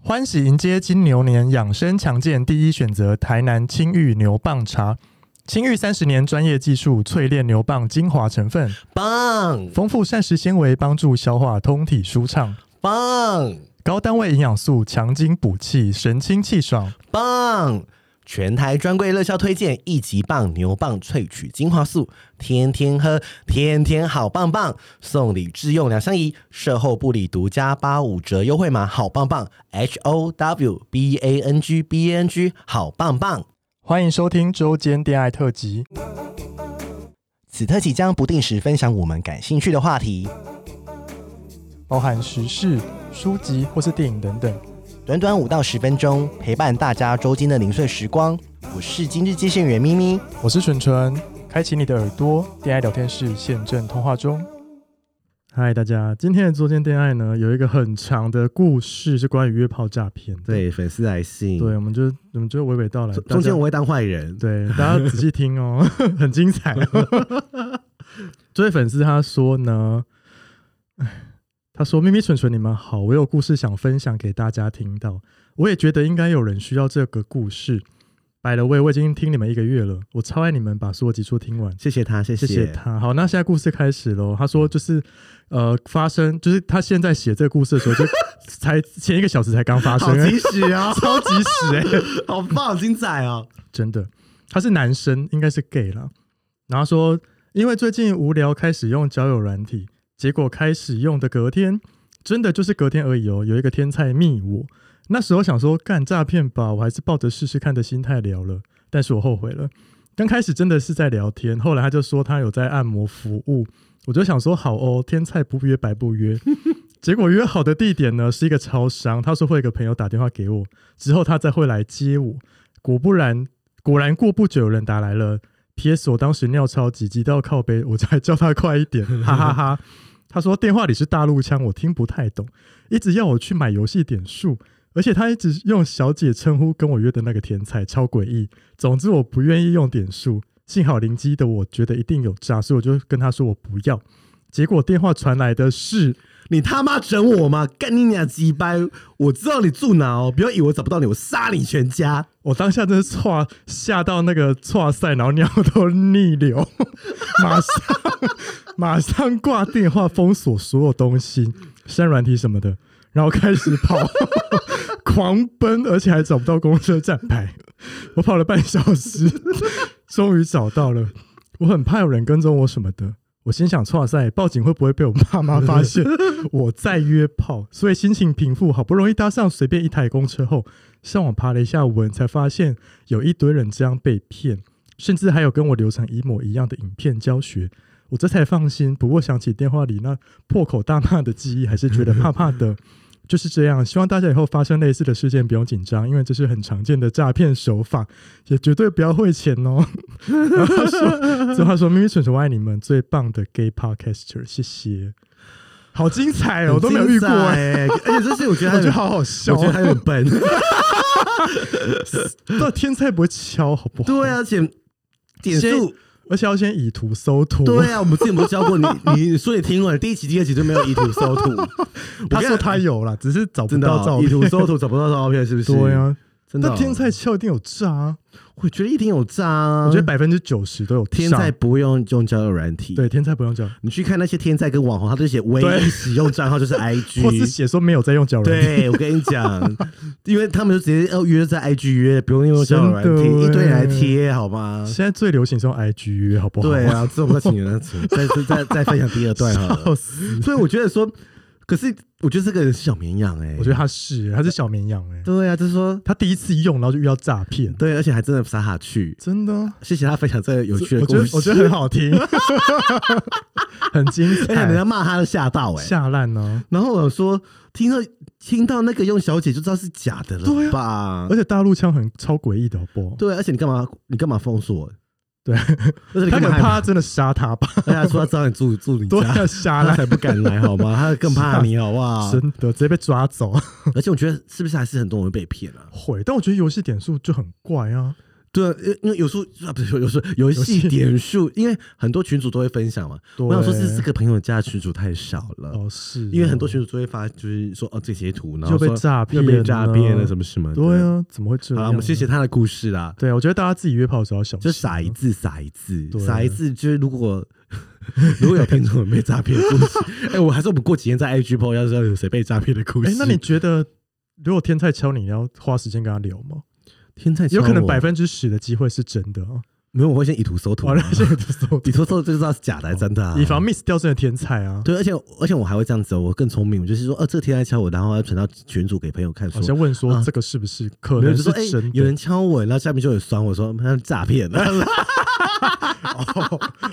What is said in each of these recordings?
欢喜迎接金牛年，养生强健第一选择，台南青玉牛蒡茶。青玉三十年专业技术淬炼牛蒡精华成分，棒丰富膳食纤维，帮助消化通体舒畅；棒高单位营养素，强筋补气，神清气爽。棒！全台专柜热销推荐一级棒牛蒡萃取精华素，天天喝，天天好棒棒！送礼自用两相宜，售后不理独家八五折优惠码，好棒棒！H O W B A N G B A N G，好棒棒！欢迎收听周间恋爱特辑，此特辑将不定时分享我们感兴趣的话题，包含时事、书籍或是电影等等。短短五到十分钟，陪伴大家周间的零碎时光。我是今日接线员咪咪，我是纯纯，开启你的耳朵，恋爱聊天室现正通话中。嗨，大家，今天的桌间恋爱呢，有一个很长的故事是关于约炮诈骗的。对粉丝来信，对，我们就我们就娓娓道来。中大中家间我会当坏人，对大家仔细听哦，很精彩、哦。 这位粉丝他说呢，他说：“咪咪蠢蠢，你们好，我有故事想分享给大家听到。我也觉得应该有人需要这个故事。摆了位，我已经听你们一个月了，我超爱你们，把所有集数听完。”谢谢他，谢谢谢他。好，那现在故事开始喽。他说就是，呃，发生就是他现在写这个故事的时候，就 才前一个小时才刚发生好，及时啊，超级时哎、 好棒，好精彩哦！真的，他是男生，应该是 gay 啦。然后说，因为最近无聊，开始用交友软体，结果开始用的隔天，真的就是隔天而已哦。有一个天才密我，那时候想说干诈骗吧，我还是抱着试试看的心态聊了，但是我后悔了。刚开始真的是在聊天，后来他就说他有在按摩服务，我就想说好哦，天菜不约白不约。 结果约好的地点呢是一个超商，他说会有一个朋友打电话给我，之后他再会来接我。果不然，果然过不久有人打来了。P.S. 我当时尿超级急到靠背，我才叫他快一点，哈哈哈他说电话里是大陆腔，我听不太懂，一直要我去买游戏点数，而且他一直用小姐称呼跟我约的那个天才，超诡异。总之我不愿意用点数，幸好灵机的我觉得一定有诈，所以我就跟他说我不要。结果电话传来的是你他妈整我吗？干你俩鸡掰！我知道你住哪哦，不要以为我找不到你，我杀你全家！我当下真是错吓到那个错赛，然后尿都逆流， 马上马上挂电话，封锁所有东西，删软体什么的，然后开始跑， 狂奔，而且还找不到公车站牌。我跑了半小时， 终于找到了。我很怕有人跟踪我什么的，我心想：哇塞，报警会不会被我爸妈发现 我在约炮？所以心情平复，好不容易搭上随便一台公车后，上网爬了一下文，才发现有一堆人这样被骗，甚至还有跟我流程一模一样的影片教学。我这才放心。不过想起电话里那破口大骂的记忆，还是觉得怕怕 的。就是这样，希望大家以后发生类似的事件不用紧张，因为这是很常见的诈骗手法，也绝对不要汇钱哦。然后他说，最后他说：“咪咪蠢蠢，我爱你们，最棒的 gay podcaster，谢谢。”好精彩哦，我都没有遇过哎、哎、而且这是我觉得 我觉得他好好有，笑、我觉得他哦，有点笨。 到天才不会敲好不好？对啊，而且点数先，而且要先以图搜图。对啊，我们之前不是教 过你，你你说你听了第一集、第二集就没有以图搜图，他我跟说他有啦，只是找不真的到哦照以片。图搜图找不到照片，是不是？对，啊，真的哦。那天才敲一定有诈啊！我觉得一定有诈啊！我觉得百分之九十都有天诈才不用用交友软体，对啊天才不用讲，你去看那些天才跟网红，他都写唯对一使用账号就是 或是 IG。写说没有在用脚软件。对，啊我跟你讲，因为他们就直接要约在 IG 约，不用用交友软真的体，一堆人欸来贴，好吗？现在最流行是用 IG 约，好不好？对，啊，这种事情呢，再再再 再分享第二段哈。 笑死！所以我觉得说，可是我觉得这个人是小绵羊哎、我觉得他是他是小绵羊哎，对啊，就是说他第一次用，然后就遇到诈骗，对，而且还真的傻傻去。真的啊。谢谢他分享这个有我趣的觉故得事，我觉得很好 听，很精而哎且人家彩，骂他都吓到哎、下烂啊呢。然后我说听到听到那个用小姐就知道是假的对了啊吧？而且大陆腔很超诡异的，好不好？对，啊而且你干嘛？你干嘛封锁？对而且你他干可嘛能害怕他怕？真的杀他 吧，而且他说他知道你住住你对 家，啊，杀 他烂，才不敢来好吗？他更怕你好 不好？真的直接被抓走。而且我觉得是不是还是很多人会被骗啊？会，但我觉得游戏点数就很怪啊，对，因因为有时候啊，不是有有时候游戏点数，因为很多群主都会分享嘛。对我想说是这个朋友家的群主太少了，哦，是，因为很多群主都会发，就是说哦这些图，然后就被说诈骗又被诈骗了了什么什么的。对，啊，怎么会这好样？了，我们谢谢。他的故事啦。对啊，我觉得大家自己约炮的时候要小心就啊，撒一次，撒一次，对撒一次。就是如果啊 如果有听众有被诈骗的故 事，哎、我还是我们过几天在 IG po，要是有谁被诈骗的故事。哎，那你觉得如果天菜敲你，你要花时间跟他聊吗？天才敲有可能我百分之十的机会是真的啊！没有，我会先以图搜图哇， 啊、那现在就搜以图搜图就知道是假的还是真的、啊。以防 miss 掉真的天菜啊！对，而且而且我还会这样子哦，我更聪明，我就是说，哦，这个天才敲我，然后要传到群组给朋友看我说，先问说啊这个是不是可没有能就是说，哎、真有的？人敲我，然后下面就有酸我说他是诈 骗的，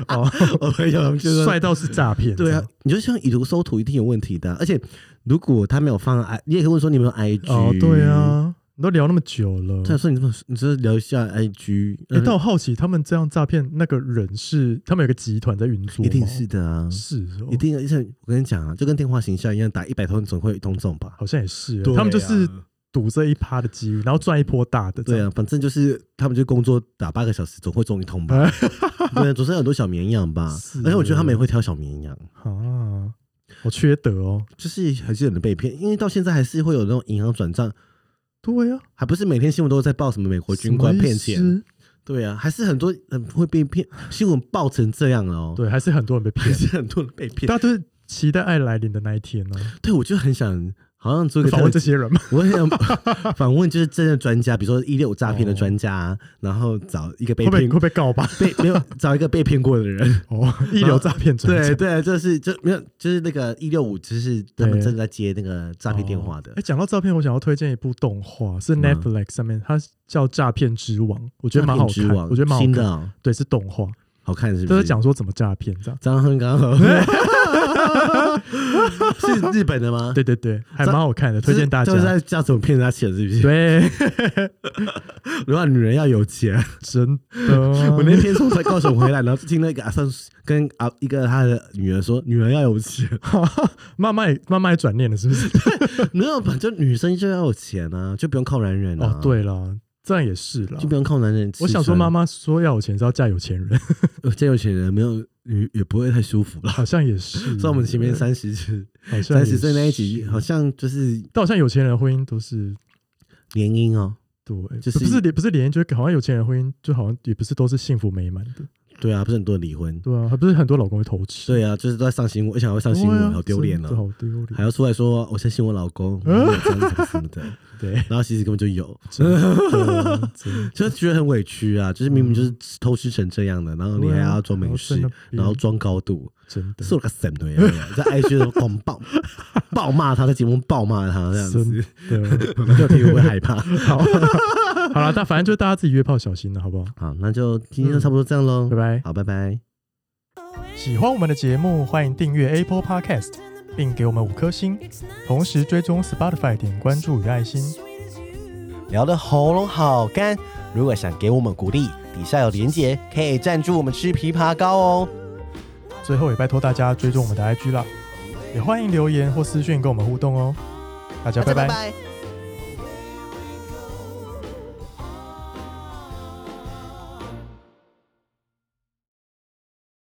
哦， 我朋友就说帅到是诈骗，对啊，，你就像以图搜图一定有问题的啊、而且如果他没有放 i，你也可以问说你有没有 IG，哦，对，啊，你都聊那么久了，他说你这么你这聊一下 IG，哎，嗯但我好奇他们这样诈骗那个人是他们有个集团在运作吗，一定是的啊，是哦，一定像我跟你讲啊，就跟电话形象一样，打一百通总会有一通中吧。好像也是对，啊他们就是赌这一趴的机遇，然后赚一波大的，对，啊，反正就是他们就工作打八个小时，总会中一通吧。 对啊，总是有很多小绵羊吧是。而且我觉得他们也会挑小绵羊，啊，我缺德哦，就是还是有人被骗，因为到现在还是会有那种银行转账，对啊，还不是每天新闻都在报什么美国军官骗什钱。么意思，对啊，还是很多人会被骗，新闻爆成这样了哦。对，还是很多人被还骗，是很多人被骗大。家都是期待爱来临的那一天呢，对，我就很想，好像做一个访问这些人嘛，我很想 访问就是真的专家，比如说一六诈骗的专家啊，然后找一个被哦会被骗会被告吧？被没有找一个被骗过的人。哦，一流诈骗 专对家，对，就是就没有，就是那个一六五，就是他们对真的在接那个诈骗电话的哦哎，。讲到照片，我想要推荐一部动画，是嗯 Netflix 上面，它叫《诈骗之王》，我觉得蛮好诈骗看之，王我觉得蛮好新看的，哦，对，是动画，好看是不都是？是讲说怎么诈骗这样。张亨 刚好是日本的吗？对对对，还蛮好看的，推荐大家就是。在教怎么骗人家钱，是不是？对，如啊果女人要有钱，真的， 我那天从高雄回来，然后就听那个阿三跟啊一个他的女儿说，女人要 有钱，慢慢也慢慢也转念了，是不是？没有，反正女生就要有钱啊，就不用靠男人啊，哦，，对了，这样也是啦就。不用靠男人。我想说，妈，妈说要有钱是要嫁有钱人，呃这有钱人没有也也不会太舒服了。好像也是。 所以我们前面三十好像三也十是岁那一集，好像就是但好像有钱人的婚姻都是联姻哦，对，就是不是不是联姻，就是好像有钱人的婚姻就好像也不是都是幸福美满的，对啊，不是很多人离婚，对啊，还不是很多老公会偷吃，对啊，就是都在上新闻，而且还会上新对闻，啊好丢脸真的哦，好丢脸嗯还，要出来说哦我相信我老公，我没有这样子什么的， 对，然后其实根本就有，嗯真的就觉得很委屈啊，就是明明就是偷吃成这样的，然后你还要装没事对啊，然后装高度，真的是我个神的呀，啊 在 IG 的狂暴暴骂他，在节目暴骂他这样子，真的。就听会不会害 怕？好，啊好了，但反正就大家自己约炮小心了，好不好？ 好，那就今天就差不多这样喽，拜拜。嗯好，拜拜。喜欢我们的节目，欢迎订阅 Apple Podcast，并给我们五颗星，同时追踪 Spotify 点关注与爱心。聊的喉咙好干，如果想给我们鼓励，底下有连结，可以赞助我们吃枇杷膏哦。最后也拜托大家追踪我们的 IG 啦，也欢迎留言或私讯跟我们互动哦。大家拜拜拜。